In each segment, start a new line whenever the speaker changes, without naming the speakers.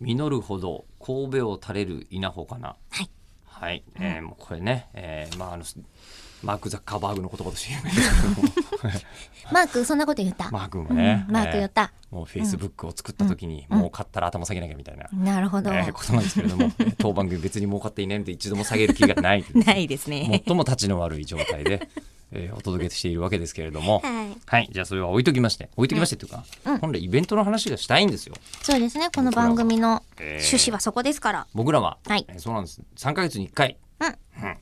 実るほど神戸を垂れる稲穂かな。
はい。
はい、えーもうこれね、えーまああのマークザッカーバーグの言葉として有 名ですけども、
マークそんなこと言った。
マークもね、
うんマーク言った
えーもうフェイスブックを作った時に、
うん
もう買ったら頭下げなきゃみたいな、
なるほど。
えーことなんですけれど も、えー当番組別に儲かっていないので一度も下げる気がないという。
ないですね。
最も立ちの悪い状態で、えーお届けしているわけですけれども。
はい。
はい、じゃあそれは置いときまして、置いときましてというか、
うん
本来イベントの話がしたいんですよ。
そうですね。この番組の
えー
趣旨はそこですから。
僕らは、
はい
えーそうなんです。3ヶ月に1回、
うん。
うん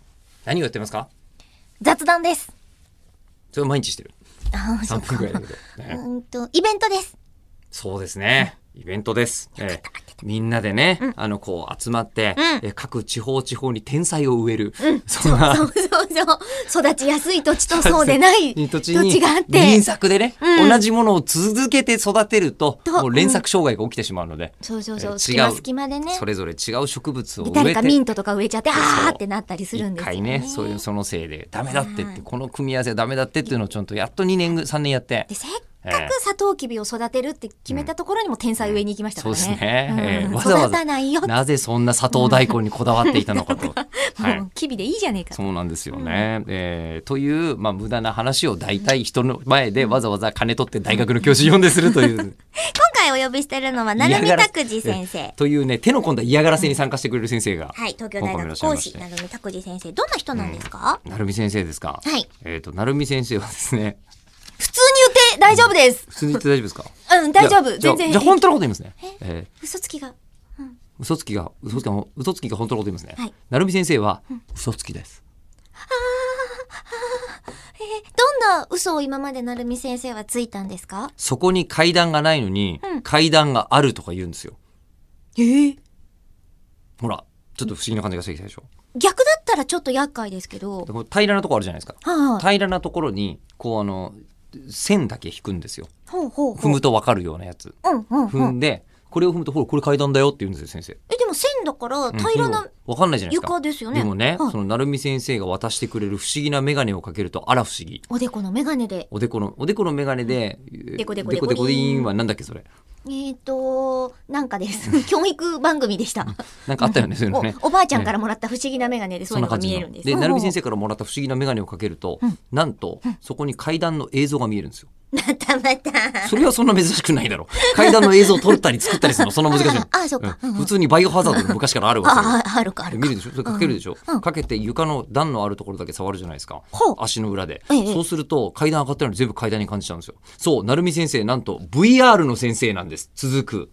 何をやってますか
雑談です。
それを毎日してる。
あ ーそ
3
うか
分ぐらいだけど。
う
ね
ーんと、イベントです。
そうですね。イベントです。えーみんなでね、あの、こう集まって、
うん
えー各地方地方に天才を植える、 そんな
そうそうそう。育ちやすい土地とそうでない土
土地
地
に
があっ
輪
て。
作でね、
うん
同じものを続けて育てると、
と
もう連作障害が起きてしまうので、
そうそうそう。
えー
隙
違う
間隙間でね
そ。れぞれ違う植物を植えて
誰かミントとか植えちゃって、あ
そう
ーってなったりするんですよ
一回
ね。
ねそういうそのせいでダメだってって、
はい
この組み合わせはダメだってっていうのをちょっとやっと2年ぐ3年やって
で、せっかくサトウキビを育てるって決めたところにも天才植えに行きました
そう
から
です
ね。
ね、え
うん
ーわざわ
育たないよ
ざなぜそんな砂糖大根にこだわっていたのかと。はい
もうキビでいいじゃねえか。
そうなんですよね、えーという、まあ、無駄な話を大体人の前でわざわざ金取って大学の教師呼んでするという
今回お呼びしてるの は、なるみ
嫌がら
た
せ
くじ先
え
生
ー。というね手の込んだ嫌がらせに参加してくれる先生が、
はい、東京大学講師、なるみたくじ先生。どんな人なんですか、
なるみ先生ですか、
はい
えっ、となるみ先生はですね
普通に言って大丈夫です。
普通に言って大丈夫ですか
うん、大丈夫。
じゃあじゃあ
全然
じゃあ本当のこと言いますね、えー
嘘つきが。
嘘つきが嘘つきが嘘つきが本当のこと言いますね。
はい
なるみ先生は、嘘つきです。
えーどんな嘘を今までなるみ先生はついたんですか
そこに階段がないのに、
うん
階段があるとか言うんですよ。
え
ほらちょっと不思議な感じがしてきたでしょ。
逆だったらちょっと厄介ですけど。
でこれ平らなとこあるじゃないですか。
はい、
平らなところにこうあの線だけ引くんですよ。
ほうほう
踏
ほう。
むとわかるようなやつ。
うんうんう
踏
ん。
んで、これを踏むとほらこれ階段だよって言うんですよ先生。
え、でも線だから
うん
平ら
で
な
もわかんないじゃないですか
床。ですよね。
でもね、
はい
そのなるみ先生が渡してくれる不思議な眼鏡をかけるとあら不思議。
おでこのメガネで。
おでこのおでこの眼鏡で、
でこでこ
で
で
こ
こ
でこでいい
りん
んはなんだっけそれ。
えっ、と、なんかです。 教育番組でした。
なんかあった よね、そういうのね。
おおばあちゃんからもらった不思議なメガネでそういうのが見えるんです。
で、
うん
成美先生からもらった不思議な眼鏡をかけると、
うん
なんと、そこに階段の映像が見えるんですよ。
また また。
それはそんな珍しくないだろ う。階段の映像を撮ったり作ったりするの、そんな難しいの。
ああ、そうか。
う
うんんうん
普通にバイオハザードの昔からあるわけよ
ああ、あるかあ
で
る
見
か
る。でしょそれかけるでしょ、
うんうん
かけて床の段のあるところだけ触るじゃないですか
ほう
足の裏で、
ええ
そうすると階段上がってるのに全部階段に感じちゃうんですよそう成美先生なんと VR の先生なんです続く